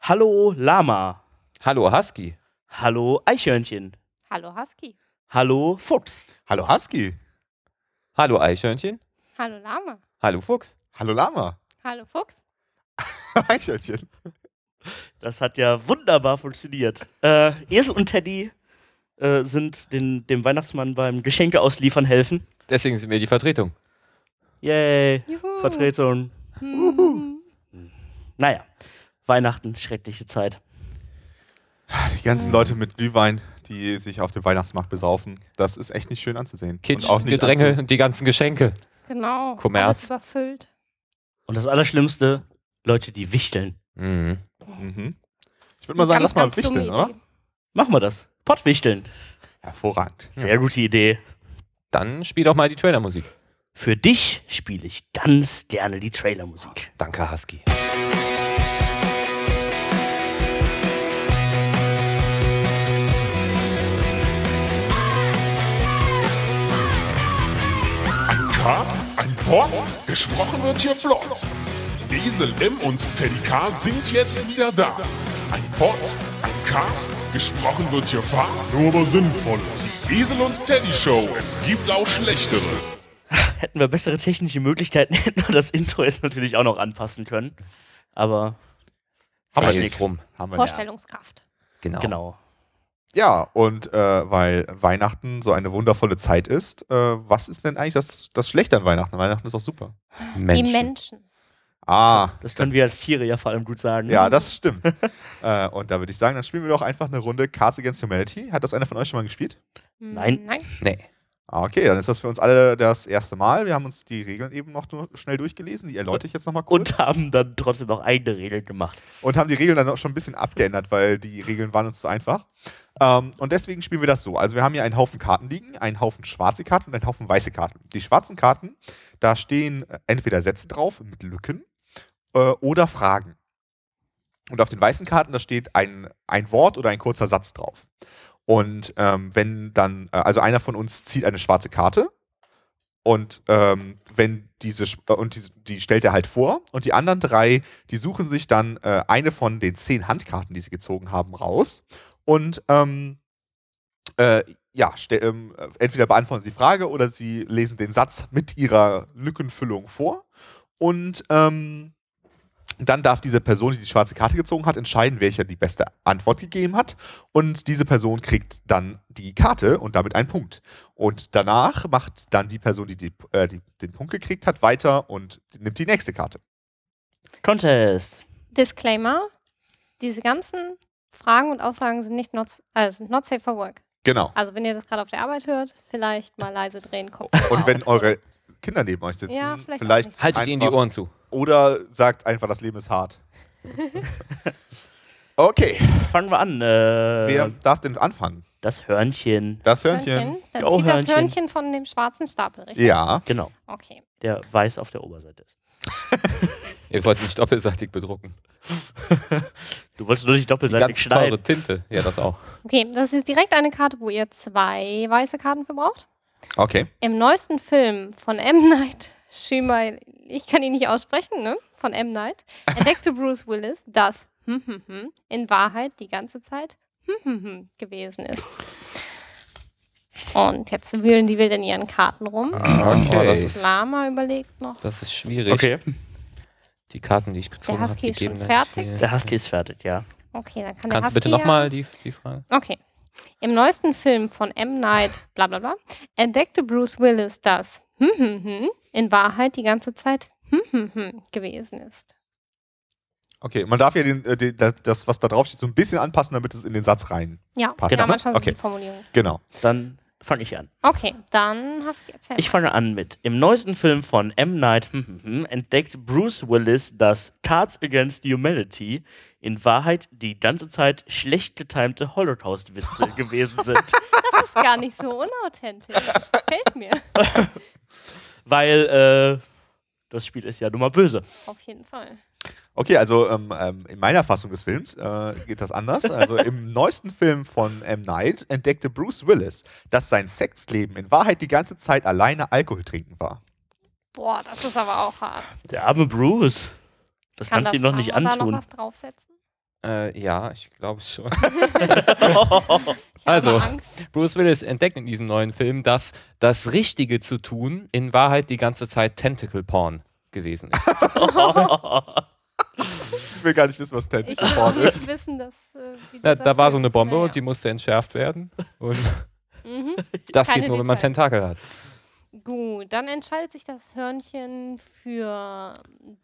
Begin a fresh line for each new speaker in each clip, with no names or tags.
Hallo Lama.
Hallo Husky.
Hallo Eichhörnchen.
Hallo Husky.
Hallo Fuchs.
Hallo Husky.
Hallo Eichhörnchen.
Hallo Lama.
Hallo Fuchs.
Hallo Lama.
Hallo Fuchs.
Eichhörnchen.
Das hat ja wunderbar funktioniert. Äh, Esel und Teddy äh, sind den, dem Weihnachtsmann beim Geschenke ausliefern helfen.
Deswegen sind wir die Vertretung.
Yay.
Juhu.
Vertretung.
Hm.
Naja, Weihnachten, schreckliche Zeit.
Die ganzen Leute mit Glühwein, die sich auf dem Weihnachtsmarkt besaufen, das ist echt nicht schön anzusehen.
Kitsch,
Und auch nicht
Gedränge
anzu-
und die ganzen Geschenke.
Genau.
Kommerz.
Alles überfüllt.
Und das Allerschlimmste, Leute, die wichteln.
Mhm.
Mhm. Ich würde mal sagen, lass mal wichteln,
dumme
oder?
Idee.
Machen wir das. Pottwichteln.
Hervorragend.
Sehr gute Idee.
Dann spiel doch mal die Trailermusik.
Für dich spiele ich ganz gerne die Trailermusik.
Danke, Husky.
Ein Cast, ein Pod, gesprochen wird hier flott. Esel M und Teddy K sind jetzt wieder da. Ein Pod, ein Cast, gesprochen wird hier fast, nur aber sinnvoll. Die Esel und Teddy Show, es gibt auch schlechtere.
Hätten wir bessere technische Möglichkeiten, hätten wir das Intro jetzt natürlich auch noch anpassen können. Aber
Haben wir
Sei
nicht
es.
rum.
Haben wir ja.
Vorstellungskraft.
Genau.
genau.
ja, und äh, weil Weihnachten so eine wundervolle Zeit ist, äh, was ist denn eigentlich das, das Schlechte an Weihnachten? Weihnachten ist doch super.
Die Menschen.
Ah,
Das können wir als Tiere ja vor allem gut sagen.
ja, das stimmt. äh, und da würde ich sagen, dann spielen wir doch einfach eine Runde Cards Against Humanity. Hat das einer von euch schon mal gespielt?
Hm,
Nein.
Nein.
Nee.
Ah, Okay, dann ist das für uns alle das erste Mal. Wir haben uns die Regeln eben noch nur schnell durchgelesen. Die erläutere ich jetzt nochmal kurz.
Und haben dann trotzdem noch eigene Regeln gemacht.
und haben die Regeln dann auch schon ein bisschen abgeändert, weil die Regeln waren uns zu einfach. Ähm, und deswegen spielen wir das so. Also wir haben hier einen Haufen Karten liegen, einen Haufen schwarze Karten und einen Haufen weiße Karten. Die schwarzen Karten, da stehen äh, entweder Sätze drauf mit Lücken äh, oder Fragen. Und auf den weißen Karten, da steht ein, ein Wort oder ein kurzer Satz drauf. Und ähm, wenn dann, äh, also einer von uns zieht eine schwarze Karte und ähm, wenn diese, sch- äh, und die, die stellt er halt vor und die anderen drei die suchen sich dann äh, eine von den zehn Handkarten, die sie gezogen haben, raus. Und ähm, äh, ja, ste- ähm, äh, entweder beantworten sie die Frage oder sie lesen den Satz mit ihrer Lückenfüllung vor. Und ähm, dann darf diese Person, die die schwarze Karte gezogen hat, entscheiden, welcher die beste Antwort gegeben hat. Und diese Person kriegt dann die Karte und damit einen Punkt. Und danach macht dann die Person, die, die, äh, die den Punkt gekriegt hat, weiter und nimmt die nächste Karte.
Contest.
Disclaimer. Diese ganzen Fragen und Aussagen sind nicht not, äh, sind not safe for work.
Genau.
Also wenn ihr das gerade auf der Arbeit hört, vielleicht mal leise drehen, Kopf.
Und wenn eure Kinder neben euch sitzen,
Ja, vielleicht
vielleicht,
auch nicht.
Haltet ihnen die
einfach-
Ohren zu.
Oder sagt einfach, das Leben ist hart. okay,
Fangen wir an. Äh,
wer darf denn anfangen?
Das Hörnchen.
Das Hörnchen?
Dann
Oh,
zieht das
Hörnchen.
Hörnchen von dem schwarzen Stapel, richtig?
Ja.
Genau.
Okay.
Der weiß auf der Oberseite ist.
Ihr wollt mich doppelseitig bedrucken.
Du wolltest nur nicht
Die
doppelseitig
ganz
schneiden.
teure Tinte. Ja, das auch.
Okay, das ist direkt eine Karte, wo ihr zwei weiße Karten für braucht.
Okay.
Im neuesten Film von M. Night Shyamalan, ich kann ihn nicht aussprechen, ne? Von M. Night, entdeckte Bruce Willis, dass hm, in Wahrheit die ganze Zeit hm, gewesen ist. Und jetzt wühlen die wild in ihren Karten rum.
Oh, das
Okay.
ist,
Lama überlegt noch.
das ist schwierig.
Okay.
Die Karten, die ich gezogen
Der
habe,
Husky ist schon
gegeben
fertig.
hat.
Der Husky ist fertig, ja.
Okay, dann kann
Kannst du
der
bitte
Husky ja-
nochmal die, die Frage?
Okay. Im neuesten Film von M. Night, bla bla bla, entdeckte Bruce Willis, dass hm, in Wahrheit die ganze Zeit hm, gewesen ist.
okay, man darf ja den, äh, den, das- das, was da drauf steht, so ein bisschen anpassen, damit es in den Satz rein.
Ja,
Passt,
genau.
ne?
Manchmal sind
Okay.
die Formulierung.
Genau.
Dann fange ich an.
Okay, dann hast du jetzt
Ich fange an mit. Im neuesten Film von M. Night entdeckt Bruce Willis, dass Cards Against Humanity in Wahrheit die ganze Zeit schlecht getimte Holocaust-Witze gewesen sind.
Das ist gar nicht so unauthentisch. Fällt mir.
Weil äh, das Spiel ist ja nun mal böse.
Auf jeden Fall.
Okay, also ähm, ähm, in meiner Fassung des Films äh, geht das anders. Also im neuesten Film von M. Night entdeckte Bruce Willis, dass sein Sexleben in Wahrheit die ganze Zeit alleine Alkohol trinken war.
Boah, das ist aber auch hart.
Der arme Bruce. Das kannst du ihm
das
doch nicht
andere da
antun.
noch was draufsetzen?
Äh, ja, ich glaube schon.
Ich hab
Also.
immer Angst.
Bruce Willis entdeckt in diesem neuen Film, dass das Richtige zu tun in Wahrheit die ganze Zeit Tentacle Porn gewesen ist.
Ich will gar nicht wissen, was
Ich
Tentacle
will auch
Porn ist.
nicht wissen, dass. Äh, wie
Da,
dieser
da war so
Film-
eine Bombe
Naja.
und die musste entschärft werden. Und
Mhm.
das
Keine
geht nur, wenn man
Details.
Tentakel hat.
Gut, dann entscheidet sich das Hörnchen für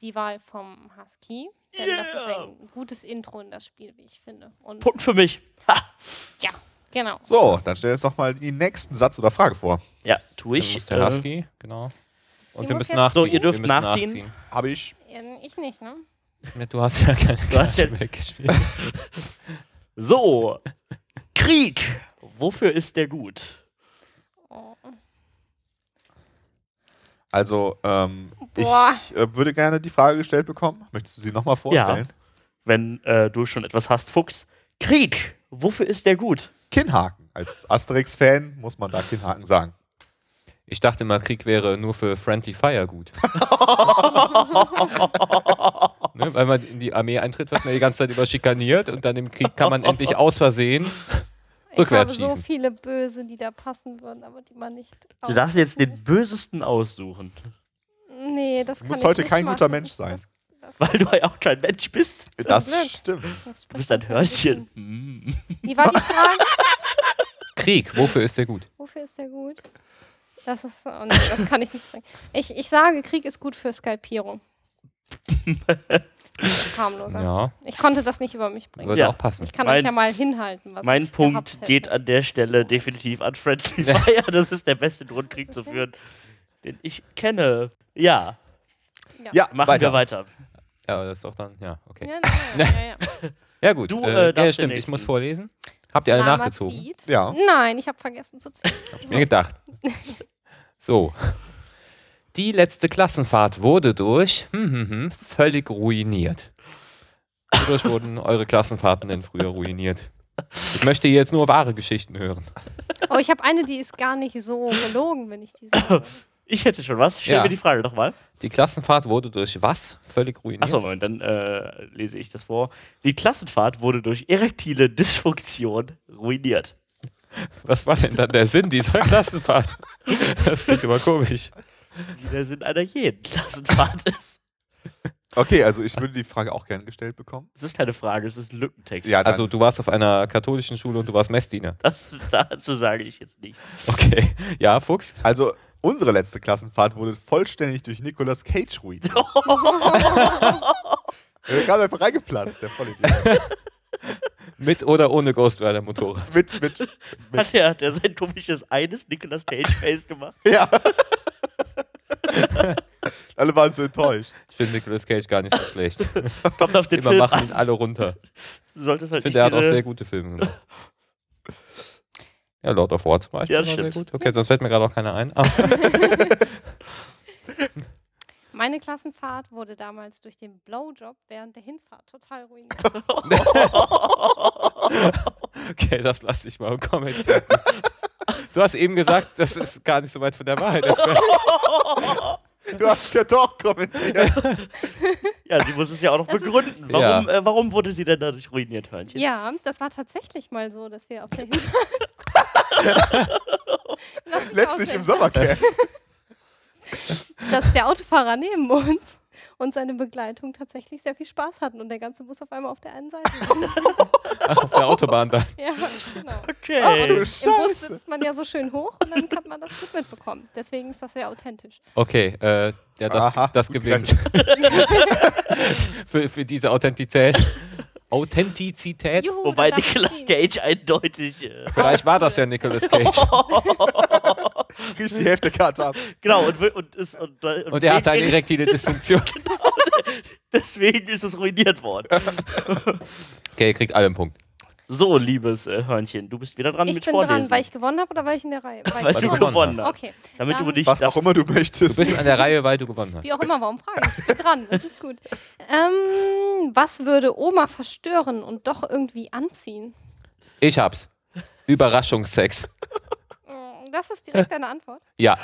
die Wahl vom Husky. Denn das ist
Yeah.
ein gutes Intro in das Spiel, wie ich finde. Und
Punkt für mich. Ha.
ja, genau.
So, dann stell uns doch mal den nächsten Satz oder Frage vor.
Ja, tu
Dann
ich.
muss der
äh,
Husky, genau. Und wir müssen
muss jetzt-
nachziehen.
So, ihr dürft
wir müssen
nachziehen.
Habe ich.
Ähm, Ich nicht, ne?
Ja, Du hast ja keine
Du hast
Karte
ja-
weggespielt.
So, Krieg. Wofür ist der gut?
Oh.
Also, ähm,
Boah.
ich äh, würde gerne die Frage gestellt bekommen. Möchtest du sie nochmal vorstellen?
Wenn äh, du schon etwas hast, Fuchs. Krieg. Wofür ist der gut?
Kinnhaken. Als Asterix-Fan muss man da Kinnhaken sagen.
Ich dachte mal, Krieg wäre nur für Friendly Fire gut. ne, weil man in die Armee eintritt, wird man die ganze Zeit über schikaniert und dann im Krieg kann man endlich aus Versehen
Ich habe
Rückwärts
so
schießen.
viele Böse, die da passen würden, aber die man nicht.
Du darfst jetzt den Bösesten aussuchen,
Nee, das
Du
kann
musst
ich
heute
nicht
kein
machen.
guter Mensch sein.
Das, das,
weil du ja auch kein Mensch bist.
Das
Glück.
stimmt.
das
Du bist ein Hörnchen. Hm.
Wie war die Frage?
Krieg, wofür ist der gut?
Wofür ist der gut? Das ist. Oh nee, das kann ich nicht bringen. Ich, ich sage, Krieg ist gut für Skalpierung. Harmloser.
Ja,
Ich konnte das nicht über mich bringen.
würde
Ja.
auch passen.
Ich kann
Mein-
euch ja mal hinhalten, was
Mein
ich gehabt
Punkt
hätte.
geht an der Stelle definitiv an Friendly Fire. Das ist der beste Grund, Krieg zu führen, den ich kenne. Ja,
Ja,
machen wir weiter.
Ja, aber das ist doch dann, ja, okay.
Ja, ja, ja, ja.
Ja, gut.
Du, äh,
äh, ja,
darfst
stimmt,
den
ich muss
nächsten.
vorlesen. Habt ihr alle
Lama
nachgezogen?
zieht.
Ja.
Nein, ich habe vergessen zu ziehen.
Mir gedacht. So. Die letzte Klassenfahrt wurde durch hm, hm, hm, völlig ruiniert. Wodurch wurden eure Klassenfahrten denn früher ruiniert? Ich möchte jetzt nur wahre Geschichten hören.
Oh, ich habe eine, die ist gar nicht so gelogen, wenn ich die sage.
Ich hätte schon was. Stell
Ja.
mir die Frage nochmal.
Die Klassenfahrt wurde durch was völlig ruiniert?
Achso, Moment, dann äh, lese ich das vor. Die Klassenfahrt wurde durch erektile Dysfunktion ruiniert.
Was war denn dann der Sinn dieser Klassenfahrt? Das klingt immer komisch.
Wie der Sinn einer jeden Klassenfahrt ist.
Okay, also ich würde die Frage auch gerne gestellt bekommen.
Es ist keine Frage, es ist ein Lückentext.
Ja, dann,
Also du warst auf einer katholischen Schule und du warst Messdiener.
Das, dazu sage ich jetzt nichts.
Okay. Ja, Fuchs?
also unsere letzte Klassenfahrt wurde vollständig durch Nicolas Cage ruiniert. Er kam einfach reingeplatzt, der Vollidiot.
Mit oder ohne Ghost Rider Motorrad?
Mit, mit,
Hat er, hat er sein komisches eines Nicolas Cage-Face gemacht?
ja. Alle waren so enttäuscht.
Ich finde Nicolas Cage gar nicht so schlecht.
Es Kommt auf den
Immer
Film
machen ihn
an.
alle runter.
Du solltest
Ich
halt
finde, er hat
nicht
auch
diese-
sehr gute Filme gemacht. Ja, Lord of War zum Beispiel.
Ja,
war sehr
shit.
gut. Okay, sonst fällt mir gerade auch keiner ein. Ah,
Meine Klassenfahrt wurde damals durch den Blowjob während der Hinfahrt total ruiniert.
okay, das lasse ich mal kommentieren. Du hast eben gesagt, das ist gar nicht so weit von der Wahrheit entfernt.
Du hast ja doch kommentiert.
Ja, sie muss es ja auch noch
Das ist-
begründen. Warum, äh, warum wurde sie denn dadurch ruiniert, Hörnchen?
Ja, das war tatsächlich mal so, dass wir auf der Hinfahrt. Lass mich
Letztlich
ausreden.
im Sommercamp.
Dass der Autofahrer neben uns und seine Begleitung tatsächlich sehr viel Spaß hatten und der ganze Bus auf einmal auf der einen Seite war.
Ach, auf der Autobahn dann.
ja, genau.
Ach du
Okay.
Im Bus
Scheiße.
sitzt man ja so schön hoch und dann hat man das gut mitbekommen. Deswegen ist das sehr authentisch.
Okay, äh, ja, das,
Aha,
das
gut
gewinnt. für, für diese Authentizität. Authentizität?
Juhu,
Wobei
dann darf ich
Nicolas
ziehen.
Cage eindeutig. Äh,
Vielleicht war das ja Nicolas Cage.
Krieg ich die Hälfte der Karte ab.
genau, und, will- und, ist, und,
Und er hatte eine
wegen-
erektile Dysfunktion.
Deswegen ist es ruiniert worden.
Okay, ihr kriegt alle einen Punkt.
So, liebes äh, Hörnchen, du bist wieder dran
Ich
mit
bin
Vorlesen.
dran, weil ich gewonnen habe oder weil ich in der Reihe
Weil du gewonnen hast.
Okay.
Damit du
Dann-
nicht.
Was auch immer du
Du
möchtest.
bist an der Reihe, weil du gewonnen hast.
Wie auch immer, warum fragen? Ich bin dran, das ist gut. Ähm, was würde Oma verstören und doch irgendwie anziehen?
Ich hab's. Überraschungssex.
Mm, Das ist direkt deine Antwort.
Ja.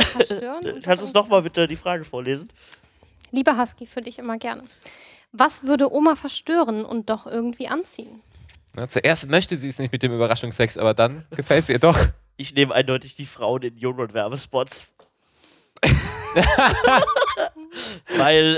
Verstören? und
Äh, Kannst du es
doch
nochmal bitte die Frage vorlesen?
Lieber Husky, für dich immer gerne. Was würde Oma verstören und doch irgendwie anziehen?
Ne, zuerst möchte sie es nicht mit dem Überraschungsex, aber dann gefällt es ihr doch.
Ich nehme eindeutig die Frauen in Joghurt-Werbespots. Weil,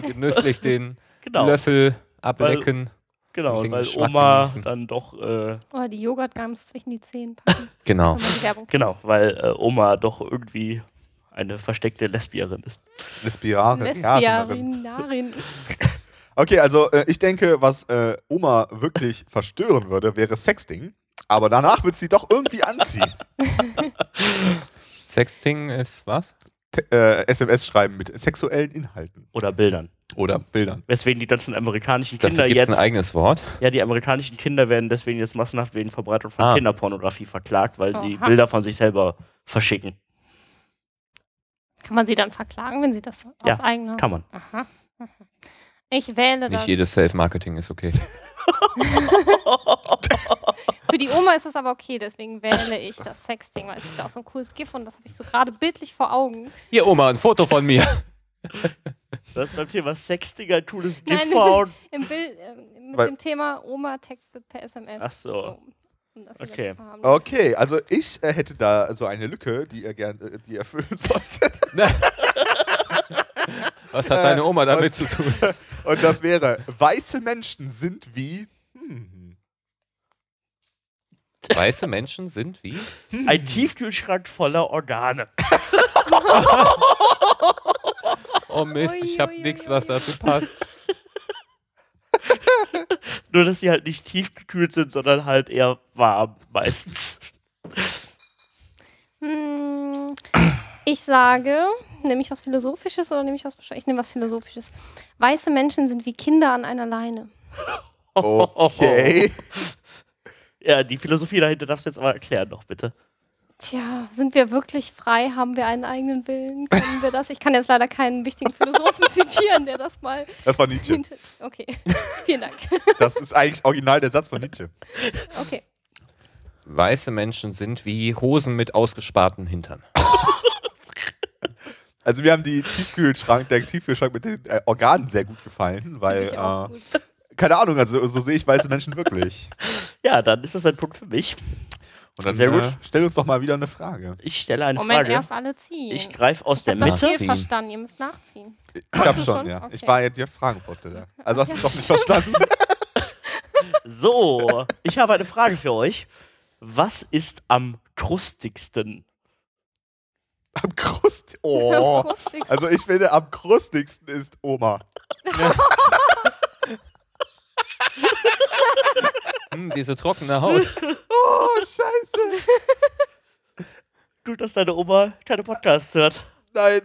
äh,
Genüsslich den
genau,
Löffel ablecken.
genau,
den
weil
Geschmack
Oma
genießen.
dann doch, äh,
Oder Oh, die Joghurtgams zwischen die Zehen packen.
Genau.
Kann man die Werbung-
genau, weil äh, Oma doch irgendwie eine versteckte Lesbierin ist.
Lesbiarin.
Lesbiarinarin.
Okay, also äh, ich denke, was äh, Oma wirklich verstören würde, wäre Sexting. Aber danach wird sie doch irgendwie anziehen.
Sexting ist was?
T äh, SMS schreiben mit sexuellen Inhalten
Oder Bildern.
oder Bildern.
Weswegen die ganzen amerikanischen
Dafür
Kinder
gibt es
jetzt.
ein eigenes Wort.
Ja, die amerikanischen Kinder werden deswegen jetzt massenhaft wegen Verbreitung von
Ah.
Kinderpornografie verklagt, weil sie
Oha.
Bilder von sich selber verschicken.
Kann man sie dann verklagen, wenn sie das aus
Ja,
eigener.
Kann man.
Aha. Ich wähle das.
Nicht jedes Self-Marketing ist okay.
Für die Oma ist das aber okay, deswegen wähle ich das Sexding, weil es gibt auch so ein cooles GIF und das habe ich so gerade bildlich vor Augen.
Hier, Oma, ein Foto von mir.
Das ist beim Thema Sex, Digga, ein cooles
Nein.
Gift verhauen.
Im Bild, ähm, mit
Weil-
dem Thema Oma textet per SMS.
Ach so.
um das
Okay.
okay.
Okay, also ich äh, hätte da so eine Lücke, die ihr gern, äh, die ihr füllen solltet.
Was hat deine Oma damit zu tun?
Und das wäre: Weiße Menschen sind wie. Hm.
Weiße Menschen sind wie?
Ein Tiefkühlschrank voller Organe.
Oh Mist, ich hab
Ui, ui,
nix,
ui,
was
ui.
dazu passt.
Nur, dass sie halt nicht tiefgekühlt sind, sondern halt eher warm meistens.
Hm, Ich sage, nehme ich was Philosophisches oder nehme ich was Besch- Ich nehme was Philosophisches. Weiße Menschen sind wie Kinder an einer Leine.
Oh. Okay.
Ja, die Philosophie dahinter darfst du jetzt aber erklären noch, bitte.
Tja, sind wir wirklich frei? Haben wir einen eigenen Willen? Können wir das? Ich kann jetzt leider keinen wichtigen Philosophen zitieren, der das mal.
Das war Nietzsche.
hinter- Okay, vielen Dank.
Das ist eigentlich original der Satz von Nietzsche.
Okay.
Weiße Menschen sind wie Hosen mit ausgesparten Hintern.
Also wir haben die Tiefkühlschrank, der Tiefkühlschrank mit den äh, Organen sehr gut gefallen, weil
Finde ich auch
äh,
gut.
keine Ahnung, also so sehe ich weiße Menschen wirklich.
Ja, dann ist das ein Punkt für mich.
Und dann,
Sehr gut.
Äh, stell uns doch mal wieder eine Frage.
Ich stelle eine
Moment,
Frage.
erst alle ziehen.
Ich greife aus der
hab das
Mitte.
Spiel verstanden, ihr müsst nachziehen.
Ich hab
du
schon,
schon?
ja.
Okay.
Ich war ja dir Fragenvorsteller. Also hast du es doch nicht verstanden.
So, ich habe eine Frage für euch. Was ist am krustigsten?
Am krustigsten. Oh.
Krustigsten.
Also ich finde, am krustigsten ist Oma.
Hm, diese trockene Haut.
Oh, scheiße.
Du, dass deine Oma keine Podcasts hört.
Nein.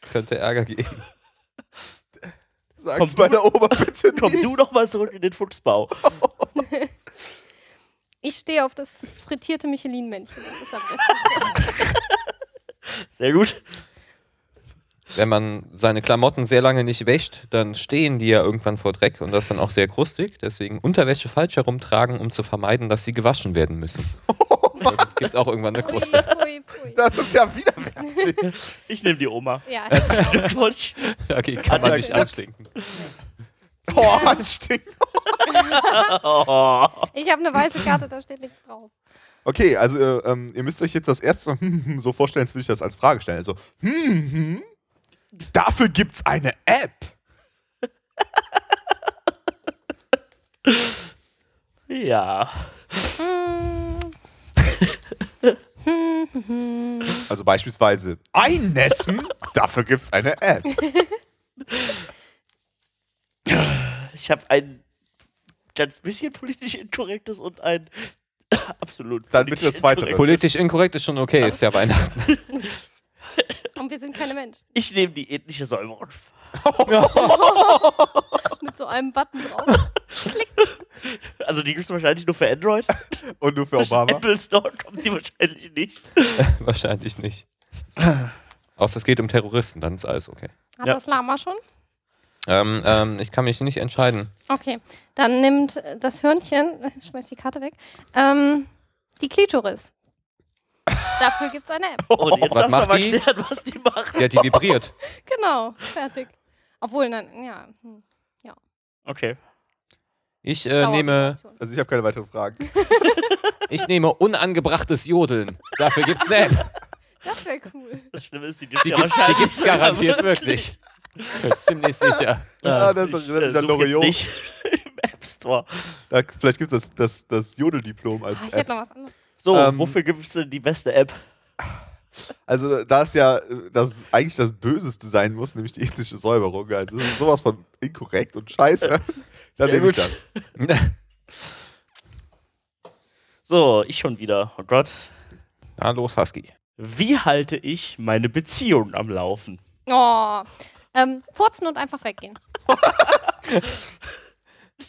Das könnte Ärger geben.
Sag's
Komm,
meiner Oma bitte
Komm
nicht.
du noch mal zurück in den Fuchsbau.
Ich stehe auf das frittierte Michelin-Männchen. Das ist am besten.
Sehr gut.
Wenn man seine Klamotten sehr lange nicht wäscht, dann stehen die ja irgendwann vor Dreck und das ist dann auch sehr krustig. Deswegen Unterwäsche falsch herumtragen, um zu vermeiden, dass sie gewaschen werden müssen. Gibt auch irgendwann eine Kruste.
Pui, pui, pui.
Das ist ja widerwärtig.
Ich nehme die Oma.
Ja,
Glückwunsch.
Okay, kann man nicht anstinken.
Oh, anstinken.
Oh.
ich habe eine weiße Karte, da steht nichts drauf.
Okay, also äh, ähm, ihr müsst euch jetzt das erste hm, hm, so vorstellen, als würde ich das als Frage stellen. Also, hm, hm, dafür gibt's eine App.
Ja.
Mm,
Also beispielsweise einnässen, dafür gibt's eine App.
Ich habe ein ganz bisschen politisch inkorrektes und ein absolut.
Dann bitte das
politisch
Weitere.
inkorrektes.
Politisch inkorrekt ist schon okay, ist ja Weihnachten.
Und wir sind keine Menschen.
Ich nehme die ethnische Säuberung.
Mit so einem Button drauf.
Also die gibt es wahrscheinlich nur für Android.
Und nur für Obama.
Apple Store kommt die wahrscheinlich nicht.
Wahrscheinlich nicht. Außer es geht um Terroristen, dann ist alles okay.
Hat
Ja.
das Lama schon?
Ähm, ähm, ich kann mich nicht entscheiden.
Okay. Dann nimmt äh, das Hörnchen, schmeißt die Karte weg, ähm, die Klitoris. Dafür gibt es eine App.
Und jetzt darfst
Was
du
macht
aber
die?
erklären, was die machen.
Ja, die vibriert.
Genau, fertig. Obwohl, dann, ja. hm.
Okay.
Ich äh, nehme,
Dauermotivation.
Also ich habe keine weiteren Fragen.
ich nehme unangebrachtes Jodeln. Dafür gibt's Nap.
Das wäre cool.
Das Schlimme ist, die gibt's
Die,
ja
gibt, die
wahrscheinlich.
gibt's garantiert wirklich. Ziemlich sicher.
Ja, das ist
ich,
doch wieder
äh, such jetzt
Loriot.
nicht im App Store.
Ja, vielleicht gibt es das, das, das Jodeldiplom als
Ah, ich
App.
hätte noch was anderes.
So,
Ähm,
wofür gibt es denn die beste App?
Also da ist ja äh, das eigentlich das Böseste sein muss, nämlich die ethnische Säuberung. Also das ist sowas von inkorrekt und scheiße. Dann
Sehr
nehme ich
gut.
das.
So, ich schon wieder. Oh Gott.
Na los, Husky.
Wie halte ich meine Beziehung am Laufen?
Oh. Ähm, furzen und einfach weggehen.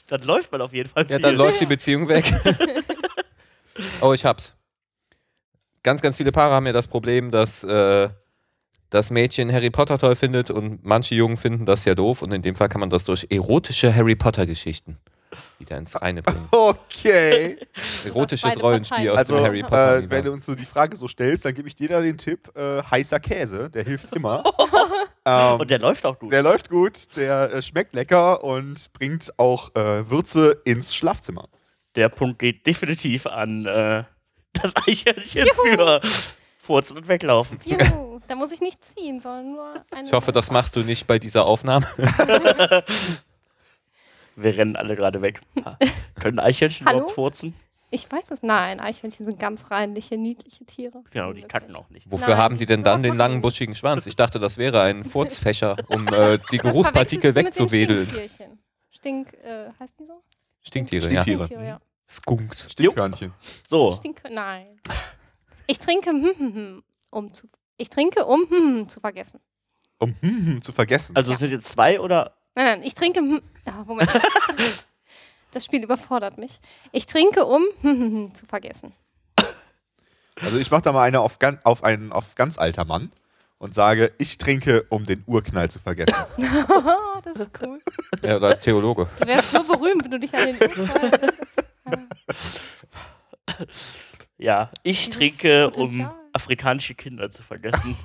Dann läuft man auf jeden Fall viel.
Ja, dann läuft die Beziehung weg. oh, ich hab's. Ganz, ganz viele Paare haben ja das Problem, dass äh, das Mädchen Harry Potter toll findet und manche Jungen finden das ja doof und in dem Fall kann man das durch erotische Harry Potter-Geschichten wieder ins Reine bringen.
Okay.
Erotisches
beide
Rollenspiel
Parteien.
aus
Also
dem Harry Potter.
äh, wenn du uns so die Frage so stellst, dann gebe ich dir da den Tipp, äh, heißer Käse, der hilft immer.
Oh.
ähm,
Und der läuft auch gut.
der läuft gut, der äh, schmeckt lecker und bringt auch äh, Würze ins Schlafzimmer.
der Punkt geht definitiv an äh, das Eichhörnchen für Furzen und Weglaufen.
Juhu. da muss ich nicht ziehen, sondern nur eine.
ich hoffe, das machst du nicht bei dieser Aufnahme.
Wir rennen alle gerade weg. Ha. Können Eichhörnchen
Hallo?
überhaupt furzen?
Ich weiß es. Nein, Eichhörnchen sind ganz reinliche, niedliche Tiere.
Genau, die
Wirklich.
kacken auch nicht.
Wofür
Nein,
haben die denn dann
sowas
den
machen
langen,
die.
buschigen Schwanz? Ich dachte, das wäre ein Furzfächer, um äh, die
Das
Geruchspartikel
verwechselst du mit den
wegzuwedeln.
Stinktierchen. Stink, äh, heißt die so?
Stinktiere, ja.
Stinktiere.
Stinktiere, ja.
Skunks.
Stinkhörnchen.
Mhm.
So,
Stink Nein. Ich trinke, hm, hm, hm, um zu. Ich trinke, um hm, hm, zu vergessen.
Um hm, hm, zu vergessen.
also es sind jetzt zwei oder
Nein, nein, ich trinke. Hm, ah, Moment. Das Spiel überfordert mich. Ich trinke, um hm, hm, hm, zu vergessen.
Also ich mache da mal eine auf, gan auf einen auf ganz alter Mann und sage, ich trinke, um den Urknall zu vergessen.
Oh, das ist cool.
Ja, oder als Theologe.
Du wärst so berühmt, wenn du dich an den Unfall.
ja, ich
Dieses
trinke, um
Potenzial.
afrikanische Kinder zu vergessen.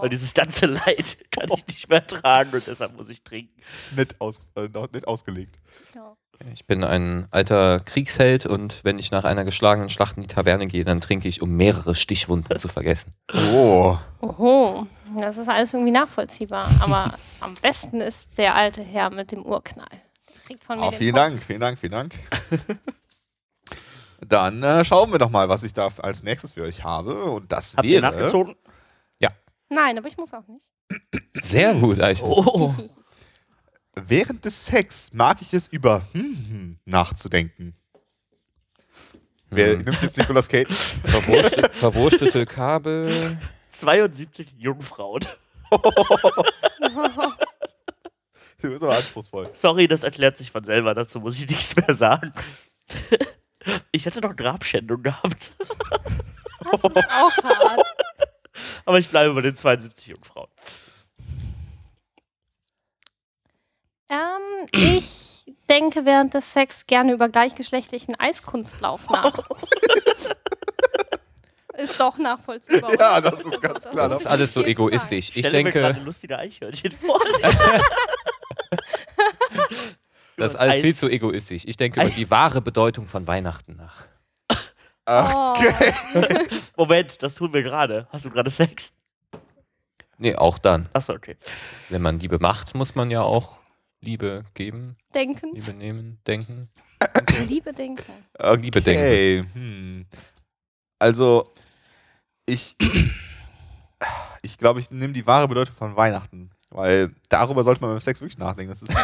Weil dieses ganze Leid kann ich nicht mehr tragen und deshalb muss ich trinken.
nett, aus äh, noch nett ausgelegt.
Genau.
Ich bin ein alter Kriegsheld und wenn ich nach einer geschlagenen Schlacht in die Taverne gehe, dann trinke ich, um mehrere Stichwunden zu vergessen.
Oh.
Oho, das ist alles irgendwie nachvollziehbar. Aber am besten ist der alte Herr mit dem Urknall. Der kriegt von mir
Ah,
den
vielen
Kopf.
Dank, vielen Dank, vielen Dank. Dann äh, schauen wir doch mal, was ich da als nächstes für euch habe. Und das
Habt ihr
wäre.
nachgezogen?
Nein, aber ich muss auch nicht.
Sehr gut, Eichel.
Oh,
Während des Sex mag ich es über hm, hm nachzudenken. Wer nimmt jetzt Nicolas Cage?
Verwurstet, verwurstete Kabel.
72 Jungfrauen.
Du bist aber anspruchsvoll.
Sorry, das erklärt sich von selber, dazu muss ich nichts mehr sagen. Ich hätte noch Grabschändung gehabt,
Auch hart.
aber ich bleibe bei den 72 Jungfrauen.
Ähm, ich denke während des Sex gerne über gleichgeschlechtlichen Eiskunstlauf nach. ist doch nachvollziehbar. oder?
Ja, das ist ganz klar.
Das ist alles so
Viel zu sagen.
egoistisch. Ich
Stelle mir gerade
denke,
lustige Eichhörnchen vor.
das ist alles
Eis.
viel zu egoistisch. Ich denke über die wahre Bedeutung von Weihnachten nach.
Oh,
Moment, das tun wir gerade. Hast du gerade Sex?
Nee, auch dann.
Achso, okay.
Wenn man Liebe macht, muss man ja auch Liebe geben,
denken.
Liebe nehmen, denken.
Liebe denken.
Okay.
Oh, Liebe denken.
Hm. Also, ich. Ich glaube, ich nehme die wahre Bedeutung von Weihnachten. Weil darüber sollte man beim Sex wirklich nachdenken. Das ist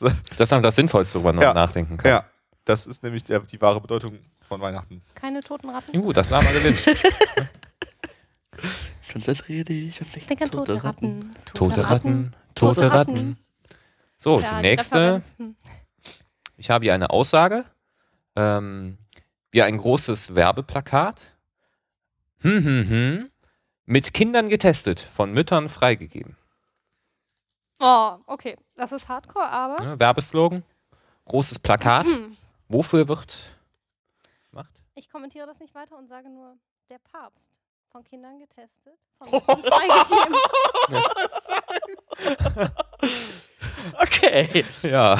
Das ist einfach das Sinnvollste, worüber man
Ja.
nachdenken kann.
Ja, das ist nämlich der, die wahre Bedeutung von Weihnachten.
Keine toten Ratten.
Juhu, das nahm alle mit.
Konzentriere dich und
Denk an tote Ratten.
Tote Ratten, tote
Tote
Ratten.
Ratten.
So,
Ja,
die nächste.
Referenzen.
Ich habe hier eine Aussage. Ähm, wie ein großes Werbeplakat. Hm, hm, hm. Mit Kindern getestet, von Müttern freigegeben.
Oh, okay. Das ist Hardcore, aber
Ne, Werbeslogan. Großes Plakat. Wofür wird gemacht?
ich kommentiere das nicht weiter und sage nur, der Papst. Von Kindern getestet. Von Mädchen freigegeben.
Okay.
Ja.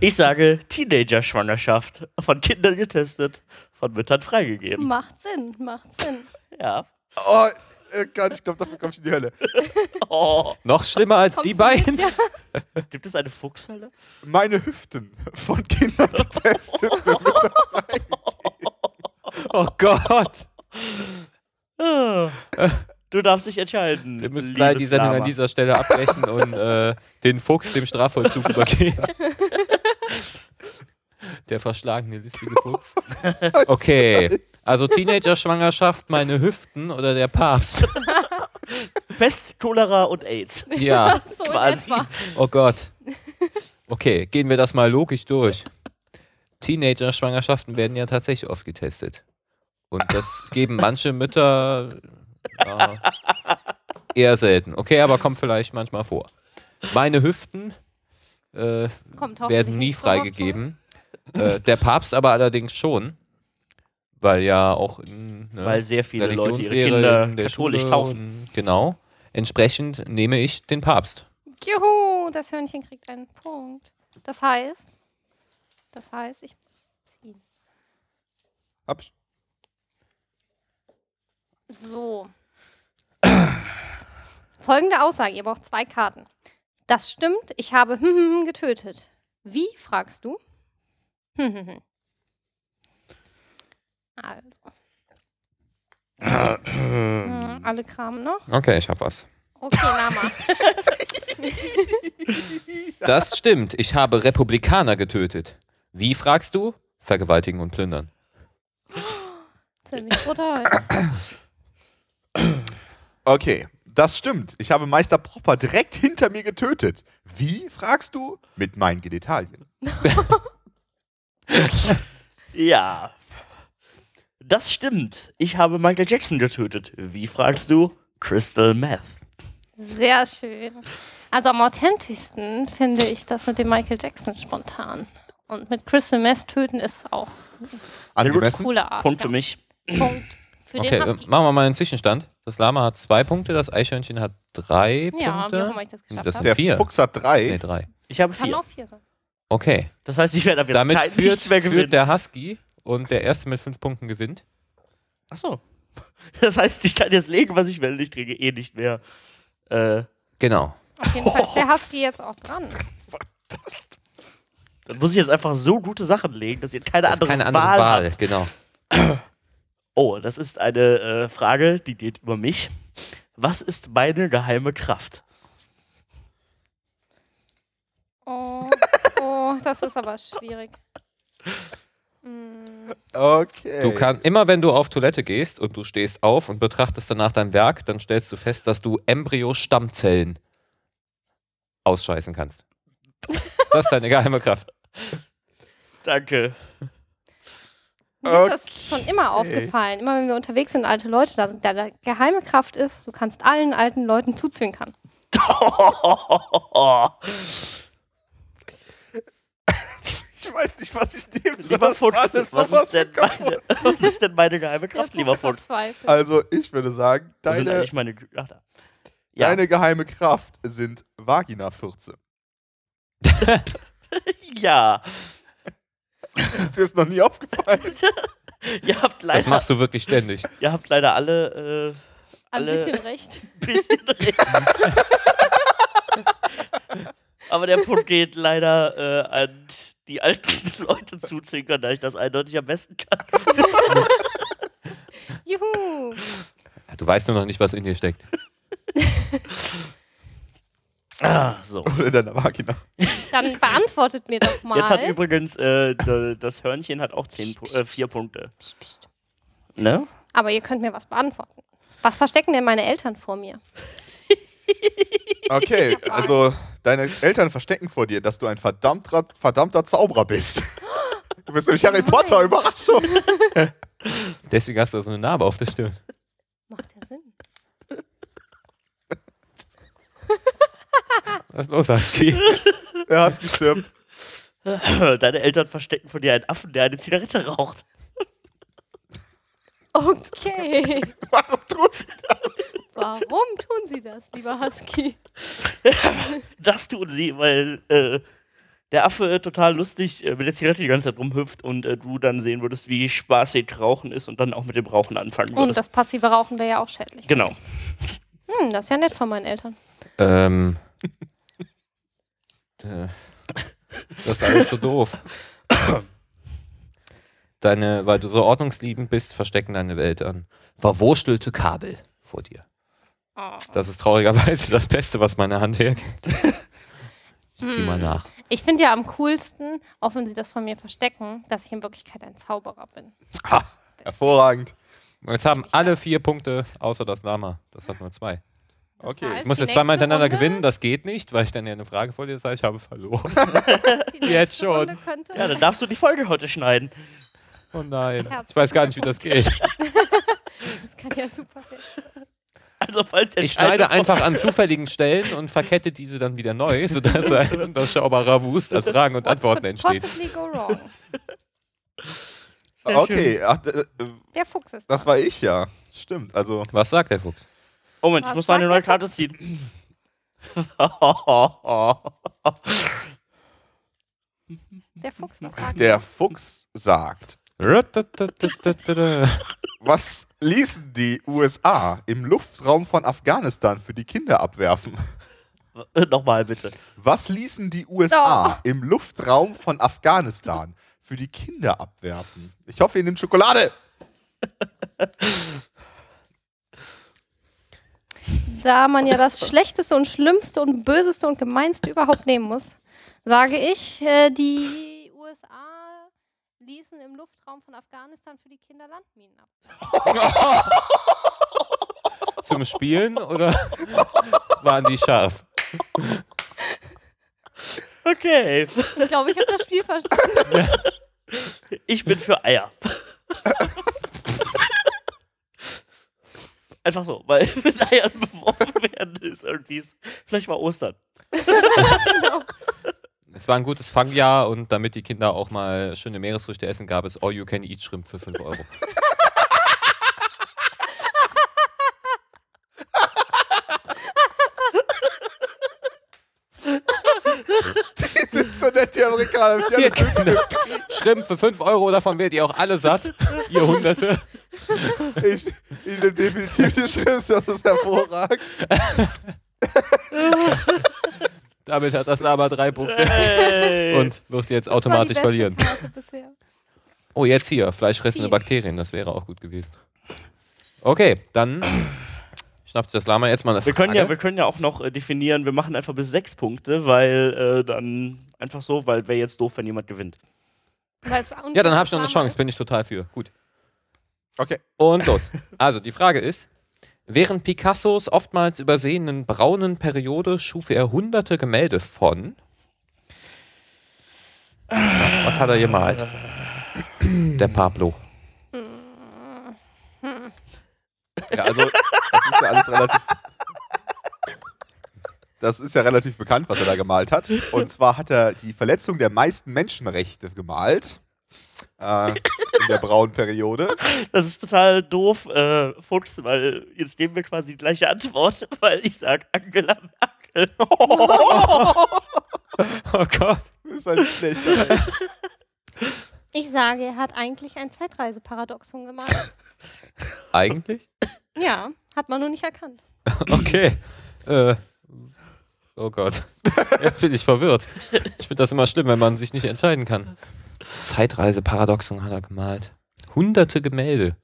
Ich sage Teenager-Schwangerschaft. Von Kindern getestet, von Müttern freigegeben.
Macht Sinn, macht Sinn.
Ja.
Oh äh, Gott, ich glaube, dafür komme ich in die Hölle.
Oh.
Noch schlimmer als Also die
Kommst du mit?
beiden.
Ja.
Gibt es eine Fuchshölle?
Meine Hüften von Kindern getestet.
Oh Gott.
Ah. Du darfst dich entscheiden.
Wir müssen
liebes
leider die Sendung an
Lama.
dieser Stelle abbrechen und äh, den Fuchs dem Strafvollzug übergeben. Der verschlagene, listige Fuchs. Okay, also Teenager-Schwangerschaft, meine Hüften oder der Papst.
Pest, Cholera und AIDS.
Ja,
So in
Quasi.
etwa.
oh Gott. Okay, gehen wir das mal logisch durch. Teenager-Schwangerschaften werden ja tatsächlich oft getestet. Und das geben manche Mütter ja, eher selten. Okay, aber kommt vielleicht manchmal vor. Meine Hüften äh,
Kommt hoffentlich
werden nie
nicht so oft
freigegeben. Äh, der Papst aber allerdings schon. Weil ja auch in, ne,
Weil sehr viele Leute ihre
Religionslehre
Kinder
in der
katholisch
Schule
taufen.
und- Genau. Entsprechend nehme ich den Papst.
vor. Juhu, das Hörnchen kriegt einen Punkt. Das heißt, das heißt, ich muss ziehen.
Hab ich.
So. Folgende Aussage, ihr braucht zwei Karten. Das stimmt, ich habe hm, getötet. Wie, fragst du? Hm, Also. Hm, Alle Kram noch?
Okay, ich hab was.
Okay, Lama.
Das stimmt. Ich habe Republikaner getötet. Wie fragst du? Vergewaltigen und plündern.
Ziemlich brutal.
Okay, das stimmt. Ich habe Meister Propper direkt hinter mir getötet. Wie, fragst du? Mit meinen Genitalien.
Ja. Das stimmt. Ich habe Michael Jackson getötet. Wie fragst du? Crystal Meth.
Sehr schön. Also am authentischsten finde ich das mit dem Michael Jackson spontan. Und mit Crystal Mess töten ist auch
Angemessen?
coole Art.
Punkt für
ja.
mich.
Punkt für
Okay,
den
äh,
Husky.
machen wir mal einen Zwischenstand. Das Lama hat zwei Punkte, das Eichhörnchen hat drei
Ja, wie
Punkte.
auch immer ich das geschafft
Das
habe.
Der
Vier.
Fuchs hat
Nee,
drei.
drei.
Ich habe
Kann
vier.
auch vier sein.
Okay.
Das heißt, ich werde ab jetzt
Damit
kein-
führt,
nichts mehr gewinnen.
führt der Husky und der erste mit fünf Punkten gewinnt.
Achso. Das heißt, ich kann jetzt legen, was ich will. Ich kriege eh nicht mehr. Äh,
Genau.
Auf jeden Fall. Der Husky jetzt auch dran.
dann muss ich jetzt einfach so gute Sachen legen, dass ihr keine,
Das ist
andere,
keine andere
Wahl,
Wahl.
habt.
Genau.
Oh, das ist eine äh, Frage, die geht über mich. Was ist meine geheime Kraft?
Oh, oh, das ist aber schwierig. Hm,
Okay.
Du kannst immer, wenn du auf Toilette gehst und du stehst auf und betrachtest danach dein Werk, dann stellst du fest, dass du Embryo-Stammzellen ausscheißen kannst. Das ist deine geheime Kraft.
Danke.
Mir ist das schon immer aufgefallen. Immer wenn wir unterwegs sind, und alte Leute da sind. Deine geheime Kraft ist, du kannst allen alten Leuten zuzwinkern.
ich weiß nicht, was ich nehmen soll.
Lieber
Das
Fuchs,
ist alles
was,
sowas
ist denn
von kaputt.
meine, was ist denn meine geheime
Der
Kraft, lieber
Fuchs hat
Fuchs?
zwei.
Also, ich würde sagen,
Wo sind
deine,
eigentlich meine. Ach, da. Ja.
deine geheime Kraft sind Vagina-Fürze.
ja.
Ist dir das noch nie aufgefallen?
Ihr habt
Das
leider,
machst du wirklich ständig.
ihr habt leider alle. Äh,
Ein
alle-
bisschen recht.
bisschen reden. Aber der Punkt geht leider äh, an die alten Leute zuzwinkern, da ich das eindeutig am besten kann.
Juhu.
Du weißt nur noch nicht, was in dir steckt.
Ah, so.
Oder deiner Vagina.
Dann beantwortet mir doch mal.
Jetzt hat übrigens äh, d- das Hörnchen hat auch zehn, Pu- äh, vier Punkte. Ne?
aber ihr könnt mir was beantworten. Was verstecken denn meine Eltern vor mir?
Okay, also deine Eltern verstecken vor dir, dass du ein verdammter, verdammter Zauberer bist. Du bist nämlich Harry Potter, Überraschung.
Deswegen hast du so eine Narbe auf der Stirn.
Macht ja Sinn.
Was ist los, Husky?
Er hat gestirbt.
Deine Eltern verstecken von dir einen Affen, der eine Zigarette raucht.
Okay.
Warum tut sie das?
Warum tun Sie das, lieber Husky?
Das tun sie, weil äh, der Affe total lustig äh, mit der Zigarette die ganze Zeit rumhüpft und äh, du dann sehen würdest, wie spaßig Rauchen ist und dann auch mit dem Rauchen anfangen
Und
würdest.
das passive Rauchen wäre ja auch schädlich.
genau.
Hm, das ist ja nett von meinen Eltern.
Ähm. äh, Das ist alles so doof. Deine, weil du so ordnungsliebend bist, verstecken deine Eltern verwurstelte Kabel vor dir.
Oh.
Das ist traurigerweise das Beste, was meine Hand hergibt. Ich zieh mal nach.
Ich finde ja am coolsten, auch wenn sie das von mir verstecken, dass ich in Wirklichkeit ein Zauberer bin.
Ha, hervorragend.
Jetzt haben alle vier Punkte, außer das Lama. Das hat nur zwei.
Das
Okay.
Ich muss
die
jetzt zweimal
nächste
hintereinander
Runde-
gewinnen, das geht nicht, weil ich dann ja eine Frage vor dir sage, ich habe verloren.
die nächste
jetzt schon.
Runde Könnte
Ja, dann darfst du die Folge heute schneiden.
Oh nein.
Herz.
Ich weiß gar nicht, wie das geht.
das kann ja super werden.
Also falls
Ich schneide
entscheidende
einfach an zufälligen Stellen und verkette diese dann wieder neu, sodass ein unterschaubarer Wust an Fragen und Antworten
Could
entsteht.
Possibly go wrong.
Sehr schön.
Okay, ach, äh, äh,
Der Fuchs ist
das
dran.
war ich ja. Stimmt, also
Was sagt der Fuchs?
Oh Moment, ich
Was
muss meine neue
sagt der
Karte ziehen. Äh,
Der Fuchs, was sagen
der Fuchs sagt,
Wie
was ließen die USA im Luftraum von Afghanistan für die Kinder abwerfen?
Äh, Nochmal bitte.
Was ließen die USA im Luftraum von Afghanistan für die Kinder abwerfen? Ich hoffe, ihr nehmt Schokolade.
Da man ja das Schlechteste und Schlimmste und Böseste und Gemeinste überhaupt nehmen muss, sage ich, äh, die USA ließen im Luftraum von Afghanistan für die Kinder Landminen ab.
Zum Spielen oder waren die scharf?
Okay.
Ich glaube, ich habe das Spiel verstanden.
Ich bin für Eier. Einfach so, weil mit Eiern beworfen werden ist irgendwie. Vielleicht mal Ostern.
Es war ein gutes Fangjahr und damit die Kinder auch mal schöne Meeresfrüchte essen, gab es All You Can Eat Shrimp für 5 Euro.
Die sind so nett, die Amerikaner. Die
Ihr
haben
Kinder, Shrimp für 5 Euro, davon werdet ihr auch alle satt. Ihr Hunderte.
Ich, ich nehme definitiv die Schrift, das ist hervorragend.
Damit hat das Lama drei Punkte
Hey.
und wird jetzt
Das war die
automatisch
beste
verlieren.
Karte bisher.
Oh, jetzt hier. Fleischfressende
Ziehen.
Bakterien, das wäre auch gut gewesen. Okay, dann schnappt sich das Lama jetzt mal eine
wir
Frage.
können, ja, wir können ja auch noch äh, definieren, wir machen einfach bis sechs Punkte, weil äh, dann einfach so, weil wäre jetzt doof, wenn jemand gewinnt.
Weil's
ja, dann habe ich noch eine
unfassbar
Chance, bin ich total für. Gut.
Okay.
Und los. Also, die Frage ist: Während Picassos oftmals übersehenen braunen Periode schuf er hunderte Gemälde von. Was hat er gemalt? Der Pablo.
Ja, also, das ist ja alles relativ. Das ist ja relativ bekannt, was er da gemalt hat. Und zwar hat er die Verletzung der meisten Menschenrechte gemalt. Äh, in der braunen Periode.
Das ist total doof, äh, Fuchs, weil jetzt geben wir quasi die gleiche Antwort, weil ich sage Angela Merkel.
Oh Gott.
Ist halt nicht schlecht. aber-
ist. Ich sage, er hat eigentlich ein Zeitreiseparadoxon gemacht.
Eigentlich?
ja, hat man nur nicht erkannt.
Okay. Äh, oh Gott. Jetzt bin ich verwirrt. Ich finde das immer schlimm, wenn man sich nicht entscheiden kann. Zeitreise-Paradoxon hat er gemalt. Hunderte Gemälde.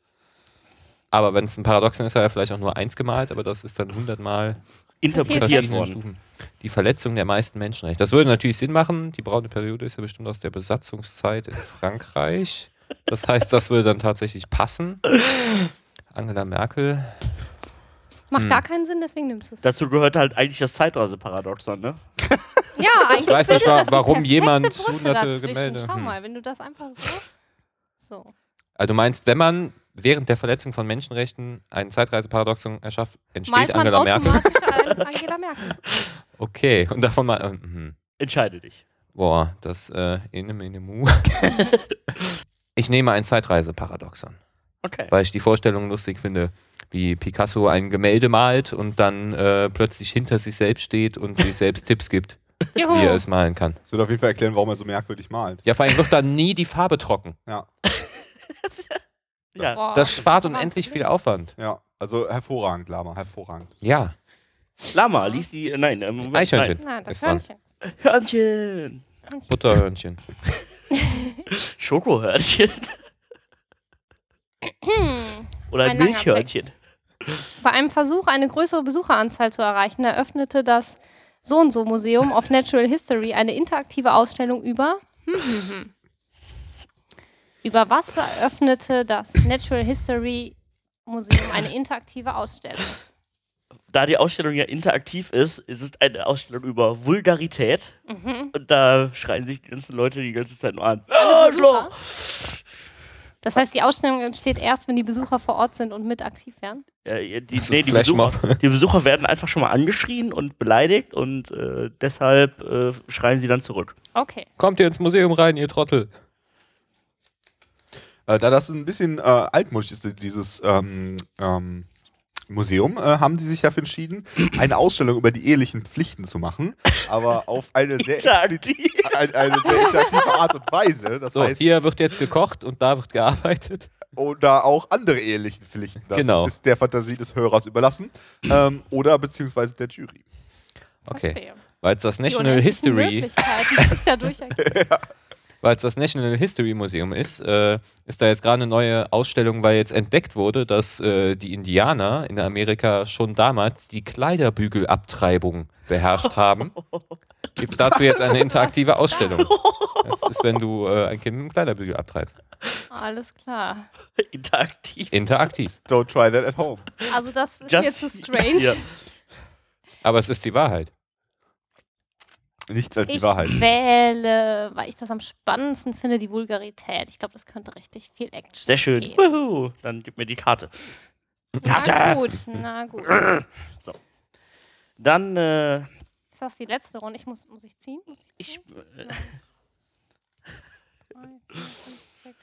Aber wenn es ein Paradoxon ist, hat er vielleicht auch nur eins gemalt, aber das ist dann hundertmal
Interpretiert
verschiedene
worden.
Stufen. Die Verletzung der meisten Menschenrechte. Das würde natürlich Sinn machen. Die braune Periode ist ja bestimmt aus der Besatzungszeit in Frankreich. Das heißt, das würde dann tatsächlich passen. Angela Merkel.
Macht gar keinen Sinn, deswegen nimmst du es.
Dazu gehört halt eigentlich das Zeitreiseparadoxon, ne?
Ja, eigentlich
Ich weiß
bildet
nicht, wa-
das die
warum
perfekte
jemand
Brücke
hunderte
dazwischen.
Gemälde-
Schau
Hm.
mal, wenn du das einfach so... So.
Also du meinst, wenn man während der Verletzung von Menschenrechten ein Zeitreiseparadoxon erschafft, entsteht
malt man
Angela Merkel.
automatisch einen Angela Merkel.
Okay, und davon mal. ähm, mhm.
Entscheide dich.
boah, das äh, in einem Mu. ich nehme ein Zeitreiseparadoxon.
Okay.
weil ich die Vorstellung lustig finde, wie Picasso ein Gemälde malt und dann äh, plötzlich hinter sich selbst steht und sich selbst Tipps gibt,
Juhu.
wie er es malen kann.
Das würde auf jeden Fall erklären, warum er so merkwürdig malt.
Ja, vor allem wird dann nie die Farbe trocken.
Ja,
Ja.
Boah.
Das spart
war ein
unendlich
Problem.
viel Aufwand.
ja. Also hervorragend, Lama, hervorragend.
Ja,
Lama, lies die. Nein, ähm, Moment,
Eichhörnchen.
Nein, das
Ist dran.
Nein.
Hörnchen.
Hörnchen.
Butterhörnchen.
Schokohörnchen. Oder ein
Hm, Ein langer
Milchhörnchen.
Bei einem Versuch, eine größere Besucheranzahl zu erreichen, eröffnete das So und So Museum of Natural History eine interaktive Ausstellung über. hm, über was eröffnete das Natural History Museum eine interaktive Ausstellung?
Da die Ausstellung ja interaktiv ist, ist es eine Ausstellung über Vulgarität. Und da schreien sich die ganzen Leute die ganze Zeit nur an. Ah,
Mhm. Besucher?
Loch!
Das heißt, die Ausstellung entsteht erst, wenn die Besucher vor Ort sind und mit aktiv werden.
Ja, ja, die,
ist
nee, die,
Flashmob.
Besucher, die Besucher werden einfach schon mal angeschrien und beleidigt und äh, deshalb äh, schreien sie dann zurück.
Okay.
Kommt ihr ins Museum rein, ihr Trottel.
Äh, da das ein bisschen äh, altmodisch ist, dieses ähm, ähm, Museum, äh, haben sie sich dafür entschieden, eine Ausstellung über die ehelichen Pflichten zu machen, aber auf eine
Äh,
sehr, explizit-
Interaktiv.
eine, eine sehr interaktive Art und Weise. Das
So,
heißt,
hier wird jetzt gekocht und da wird gearbeitet.
oder auch andere ehelichen Pflichten. Das
Genau.
ist der Fantasie des Hörers überlassen ähm, oder beziehungsweise der Jury.
Okay,
Verstehe.
weil es das
Die
National
unendlichen
History,
Möglichkeiten, die sich dadurch ergeben.
weil es das National History Museum ist, äh, ist da jetzt gerade eine neue Ausstellung, weil jetzt entdeckt wurde, dass äh, die Indianer in Amerika schon damals die Kleiderbügelabtreibung beherrscht haben. Gibt dazu jetzt eine interaktive Ausstellung. Das ist, wenn du äh, ein Kind mit einem Kleiderbügel abtreibst.
Alles klar.
Interaktiv.
Interaktiv.
Don't try that at home.
Also das ist
Just-
mir zu strange.
Ja.
Aber es ist die Wahrheit.
Nichts als die
Ich
Wahrheit.
wähle, weil ich das am spannendsten finde, die Vulgarität. Ich glaube, das könnte richtig viel Action
Sehr schön.
geben.
Wuhu. Dann gib mir die Karte.
Na gut, na gut. Ist
Dann, äh,
das die letzte Runde? Ich muss, muss ich ziehen? Muss ich
ich,
ziehen? Nein.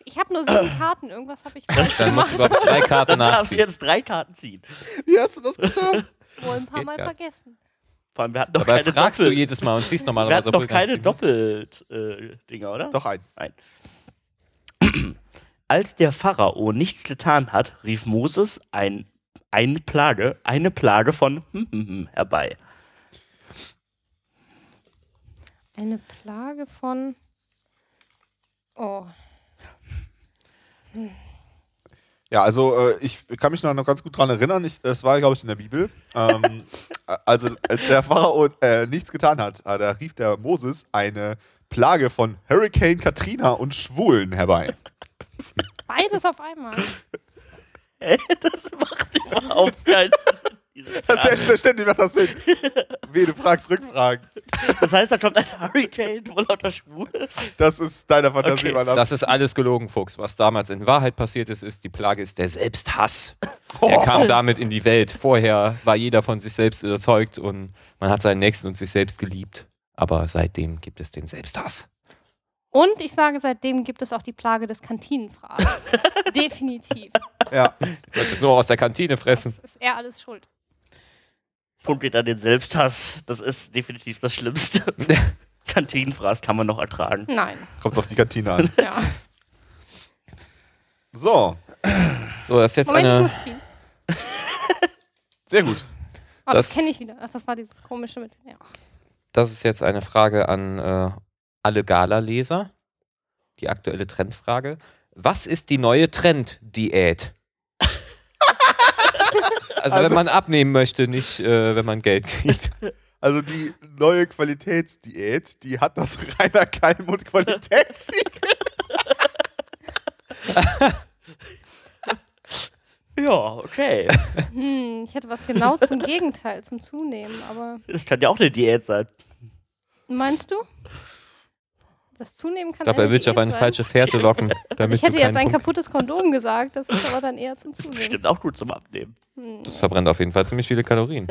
Ich habe nur sieben Karten. Irgendwas habe ich falsch
Dann musst
gemacht.
du überhaupt drei Karten
dann darfst du
nachziehen.
jetzt drei Karten ziehen.
Wie hast du das geschafft?
Wohl ein paar
geht
Mal
gar
vergessen.
Vor allem, wir hatten doch
Dabei
keine
fragst
Doppel.
du jedes Mal und ziehst
wir
normalerweise
hatten doch
obwohl gar
keine
nicht stimmt.
Doppelt-Dinger, oder?
Doch ein.
Nein. Als der Pharao nichts getan hat, rief Moses ein, eine Plage, eine Plage von hm, herbei.
Eine Plage von. Oh.
Ja, also äh, ich kann mich noch, noch ganz gut dran erinnern. Ich, das war, glaube ich, in der Bibel. Ähm, äh, also als der Pharao äh, nichts getan hat, äh, da rief der Moses eine Plage von Hurricane Katrina und Schwulen herbei.
Beides auf einmal.
Das macht überhaupt keinen Sinn. diese Plage.
Selbstverständlich macht das Sinn. Wen du fragst, rückfragen.
Das heißt, da kommt ein Hurricane, wo lauter Schwule.
Das ist deiner Fantasie
Okay,
überlassen.
Das ist alles gelogen, Fuchs. Was damals in Wahrheit passiert ist, ist, die Plage ist der Selbsthass. Er
Oh.
kam damit in die Welt. Vorher war jeder von sich selbst überzeugt und man hat seinen Nächsten und sich selbst geliebt. Aber seitdem gibt es den Selbsthass.
Und ich sage, seitdem gibt es auch die Plage des Kantinenfraß. Definitiv.
ja.
Du solltest nur aus der Kantine fressen.
Das ist er alles schuld.
Punkt geht an den Selbsthass. Das ist definitiv das Schlimmste. Kantinenfraß kann man noch ertragen.
Nein.
Kommt auf die Kantine an.
Ja.
So,
So, das ist jetzt
Moment, ich
eine.
muss ziehen.
sehr gut.
Oh, das
Das-
kenne ich wieder. Ach, das war dieses komische mit. Ja.
Das ist jetzt eine Frage an äh, alle Gala-Leser. Die aktuelle Trendfrage. Was ist die neue Trend-Diät? also,
Also-
wenn man abnehmen möchte, nicht äh, wenn man Geld kriegt.
Also die neue Qualitätsdiät, die hat das Rainer Kalmund Qualitätssiegel.
Ja, okay.
Hm, ich hätte was genau zum Gegenteil, zum Zunehmen. Aber
Das kann ja auch eine Diät sein.
meinst du? Das Zunehmen kann.
Dabei
eine
will ich auf
Diät
eine
sein.
falsche Fährte locken. Damit
Also ich hätte
du
jetzt ein
keinen Punkt-
kaputtes Kondom gesagt. Das ist aber dann eher zum
Das ist
Zunehmen.
bestimmt auch gut zum Abnehmen.
Das verbrennt auf jeden Fall ziemlich viele Kalorien.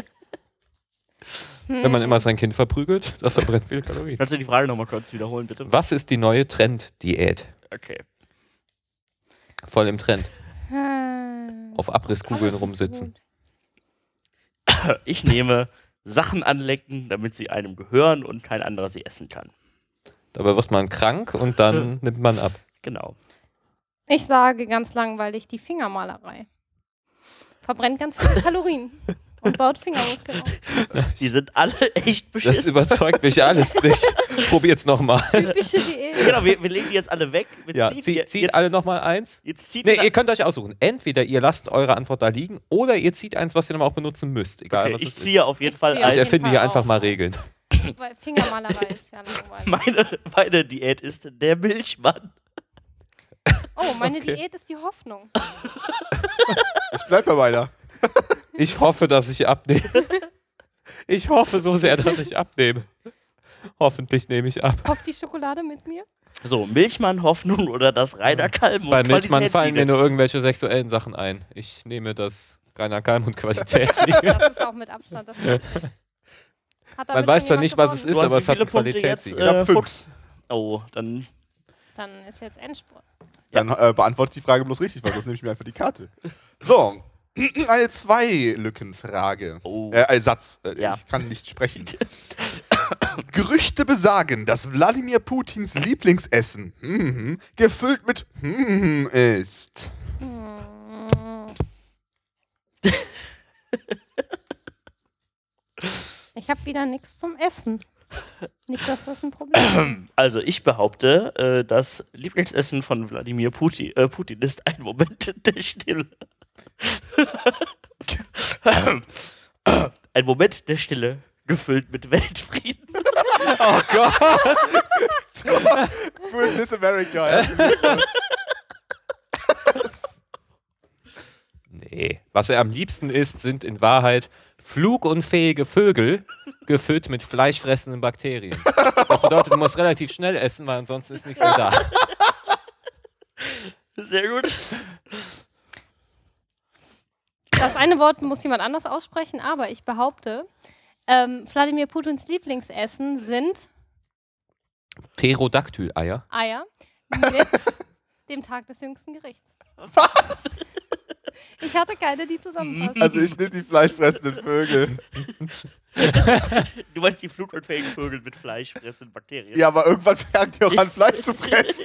Wenn man immer sein Kind verprügelt, das verbrennt viele Kalorien.
Kannst du die Frage nochmal kurz wiederholen, bitte?
Was ist die neue Trend-Diät?
Okay.
Voll im Trend.
Hm.
auf Abrisskugeln rumsitzen.
Ich nehme Sachen anlecken, damit sie einem gehören und kein anderer sie essen kann.
Dabei wird man krank und dann nimmt man ab.
Genau.
Ich sage ganz langweilig die Fingermalerei. Verbrennt ganz viele Kalorien und baut Fingermuskeln auf.
Die sind alle echt
Das
beschissen.
überzeugt mich alles nicht. Probiert's nochmal.
Typische Diät.
Genau, wir, wir legen die jetzt alle weg. Wir
Ja,
ziehen
zieht,
die
zieht
jetzt,
alle nochmal eins.
jetzt zieht
Nee,
na-
ihr könnt euch aussuchen. Entweder ihr lasst eure Antwort da liegen oder ihr zieht eins, was ihr nochmal auch benutzen müsst. Egal,
okay,
was
ich
es ist.
ziehe auf jeden
Ich
Fall
ziehe auf
Ich
ein.
jeden
erfinde
Fall
hier einfach
auch.
mal Regeln.
Weil Fingermalerei ist ja nicht so weit.
Meine, meine Diät ist der Milchmann.
Oh, meine
Okay.
Diät ist die Hoffnung.
Ich bleib bei meiner.
Ich hoffe, dass ich abnehme. Ich hoffe so sehr, dass ich abnehme. Hoffentlich nehme ich ab.
Hofft die Schokolade mit mir?
So, Milchmann, Hoffnung oder das Rainer Kalmund.
Bei Milchmann
Qualität
fallen mir
wieder.
nur irgendwelche sexuellen Sachen ein. Ich nehme das Rainer Kalmund Qualitätssiegel.
Das ist auch mit Abstand das Beste. Hat damit
Man weiß
schon
zwar nicht,
jemand
was es
gewonnen?
ist,
hast
aber
wie
es hat
viele
einen
Punkte jetzt,
Qualitätssiegel.
Ich hab
äh,
fünf.
Fuchs. Oh, dann
Dann ist jetzt Endspurt.
Dann äh, beantworte die Frage bloß richtig, weil sonst nehme ich mir einfach die Karte. So, eine Zwei-Lücken-Frage.
Oh.
Äh, ein Satz. Äh,
Ja.
Ich kann nicht sprechen. Gerüchte besagen, dass Wladimir Putins Lieblingsessen mhm, gefüllt mit mhm, ist.
Ich habe wieder nichts zum Essen. Nicht, dass das ein Problem ist.
Also ich behaupte, äh, das Lieblingsessen von Wladimir Putin, äh, Putin ist ein Moment der Stille. ein Moment der Stille, gefüllt mit Weltfrieden.
Oh Gott!
Who is Miss America?
Nee. Was er am liebsten isst, sind in Wahrheit flugunfähige Vögel, gefüllt mit fleischfressenden Bakterien. Das bedeutet, du musst relativ schnell essen, weil ansonsten ist nichts mehr da.
Sehr gut.
Das eine Wort muss jemand anders aussprechen, aber ich behaupte, ähm, Wladimir Putins Lieblingsessen sind
Pterodactyl-Eier.
Eier mit dem Tag des jüngsten Gerichts.
Was?
Ich hatte keine, die zusammenpassen.
Also ich nehme die fleischfressenden Vögel.
Du meinst die flugunfähigen Vögel mit Fleisch fressen Bakterien.
Ja, aber irgendwann fangen die auch an, Fleisch zu fressen.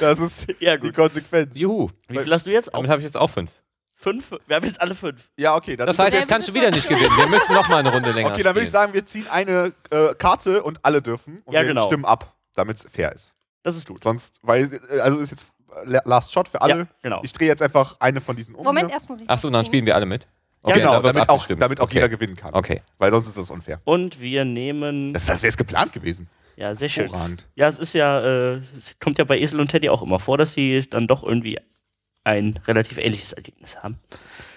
Das ist
Ja,
die
gut.
Konsequenz.
Juhu.
Wie viel hast du jetzt? Auch
Uh, Damit habe ich jetzt auch fünf.
fünf? Wir haben jetzt alle fünf.
Ja, okay. Dann
Das
ist
heißt, jetzt kannst du wieder nicht gewinnen. Wir müssen noch mal eine Runde länger
Okay, dann würde ich
spielen.
sagen, wir ziehen eine äh, Karte und alle dürfen und
Ja,
wir
genau.
stimmen ab, damit es fair ist.
Das ist gut.
Sonst, weil, äh, also ist jetzt äh, Last Shot für alle.
Ja, genau.
Ich drehe jetzt einfach eine von diesen um.
Moment,
hier.
erst muss ich.
Achso, dann
ziehen.
spielen wir alle mit.
genau,
dann wird
damit auch,
abgestimmt.
damit auch
okay.
jeder gewinnen kann.
Okay.
Weil sonst ist das unfair.
Und wir nehmen.
Das, das wäre es geplant gewesen.
Ja, sehr schön.
Hervorragend.
Ja, es ist ja, äh, es kommt ja bei Esel und Teddy auch immer vor, dass sie dann doch irgendwie ein relativ ähnliches Ergebnis haben.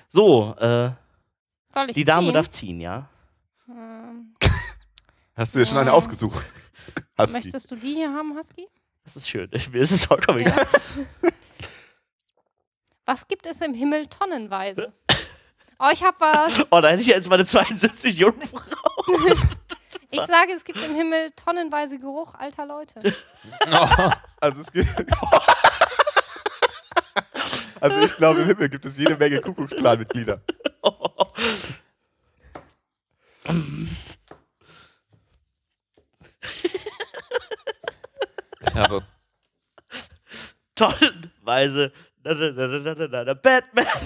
So, äh,
Soll ich
die Dame
ziehen?
darf ziehen, ja?
Ähm,
Hast du dir schon eine
Ja.
ausgesucht? Hast die.
möchtest du die hier haben, Husky?
Das ist schön. Mir ist es vollkommen
Ja.
egal.
Was gibt es im Himmel tonnenweise?
Äh.
Oh, ich hab was.
Oh, da hätte ich jetzt meine 72 Jungfrau.
Ich sage, es gibt im Himmel tonnenweise Geruch alter Leute.
Also es gibt. also ich glaube, im Himmel gibt es jede Menge Kuckucksklan-Mitglieder.
Ich habe
Tonnenweise. Na, na, na, na, na, na, na, Batman.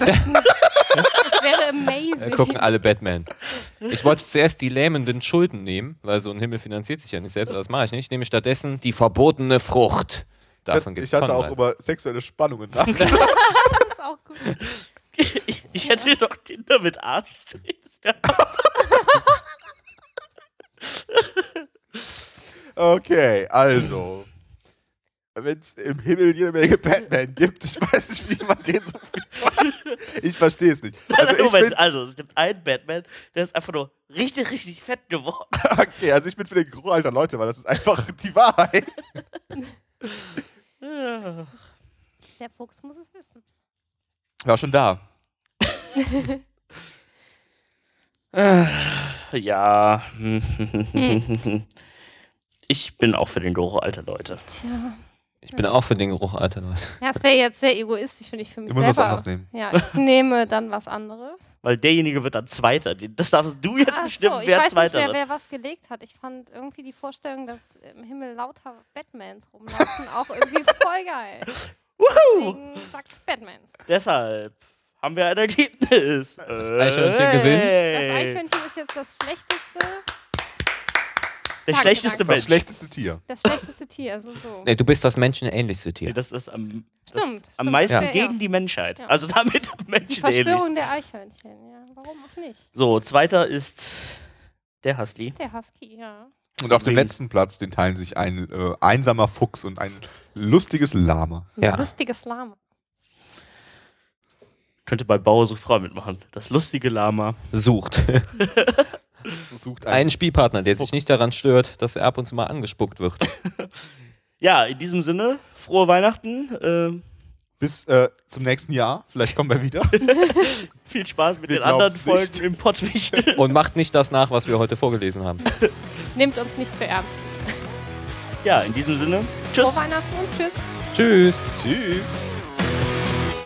Das wäre
Äh,
amazing.
gucken alle Batman. Ich wollte zuerst die lähmenden Schulden nehmen, weil so ein Himmel finanziert sich ja nicht selbst, aber das mache ich nicht. Ich nehme stattdessen die verbotene Frucht. Davon gibt es
ich hatte auch über sexuelle Spannungen nachgedacht.
Das ist auch gut.
Ich, ich hätte doch Kinder mit Arsch.
Okay, also. Wenn es im Himmel jede Menge Batman gibt, ich weiß nicht, wie man den so viel weiß. Ich verstehe es nicht. Also ich, bin,
Moment, also es gibt einen Batman, der ist einfach nur richtig, richtig fett geworden.
okay, also ich bin für den Gro alter Leute, weil das ist einfach die Wahrheit.
Der Fuchs muss es wissen.
War schon da.
Ja.
Hm.
Ich bin auch für den Goro alter Leute.
Tja,
Ich bin auch für den Geruch, Alter. Leute.
Ja, das wäre jetzt sehr egoistisch, finde ich, für mich
Ich muss was
selber.
anderes nehmen.
Ja, ich nehme dann was anderes.
Weil derjenige wird dann Zweiter. Die- Das darfst du jetzt
Ach
bestimmen,
so, ich
wer
weiß nicht
Zweiter
mehr,
wird.
wer was gelegt hat. Ich fand irgendwie die Vorstellung, dass im Himmel lauter Batmans rumlaufen, auch irgendwie voll geil. Deswegen sagt Batman.
Deshalb haben wir ein Ergebnis. Das
Eichhörnchen gewinnt.
Das Eichhörnchen ist jetzt das schlechteste,
Der
Danke,
schlechteste
danke.
Das
Mensch.
schlechteste Tier.
das schlechteste Tier. So, so.
Nee, du bist das menschenähnlichste
Nee,
Tier.
Das ist am, das
Stimmt,
am
stimmt,
meisten
das wär- ja.
gegen die Menschheit.
Ja.
Also damit am
Die
Menschen ähnlich.
Verschwörung der Eichhörnchen, ja. Warum auch nicht?
So, zweiter ist der Husky.
Der Husky, ja.
Und auf
Deswegen.
dem letzten Platz, den teilen sich ein äh, einsamer Fuchs und ein lustiges Lama.
Ein
Ja.
lustiges Lama.
Könnte bei Bauer sucht Frau mitmachen. Das lustige Lama.
Sucht.
Sucht
Einen Spielpartner, der
Fuchs.
sich nicht daran stört, dass er ab und zu mal angespuckt wird.
Ja, in diesem Sinne, frohe Weihnachten. ähm,
Bis äh, zum nächsten Jahr. Vielleicht kommen wir wieder.
viel Spaß mit
Wir
den anderen
glauben's
Folgen
nicht.
im Pottwichtel.
Und macht nicht das nach, was wir heute vorgelesen haben.
Nehmt uns nicht für ernst.
ja, in diesem Sinne, tschüss.
Frohe Weihnachten und tschüss.
Tschüss.
Tschüss.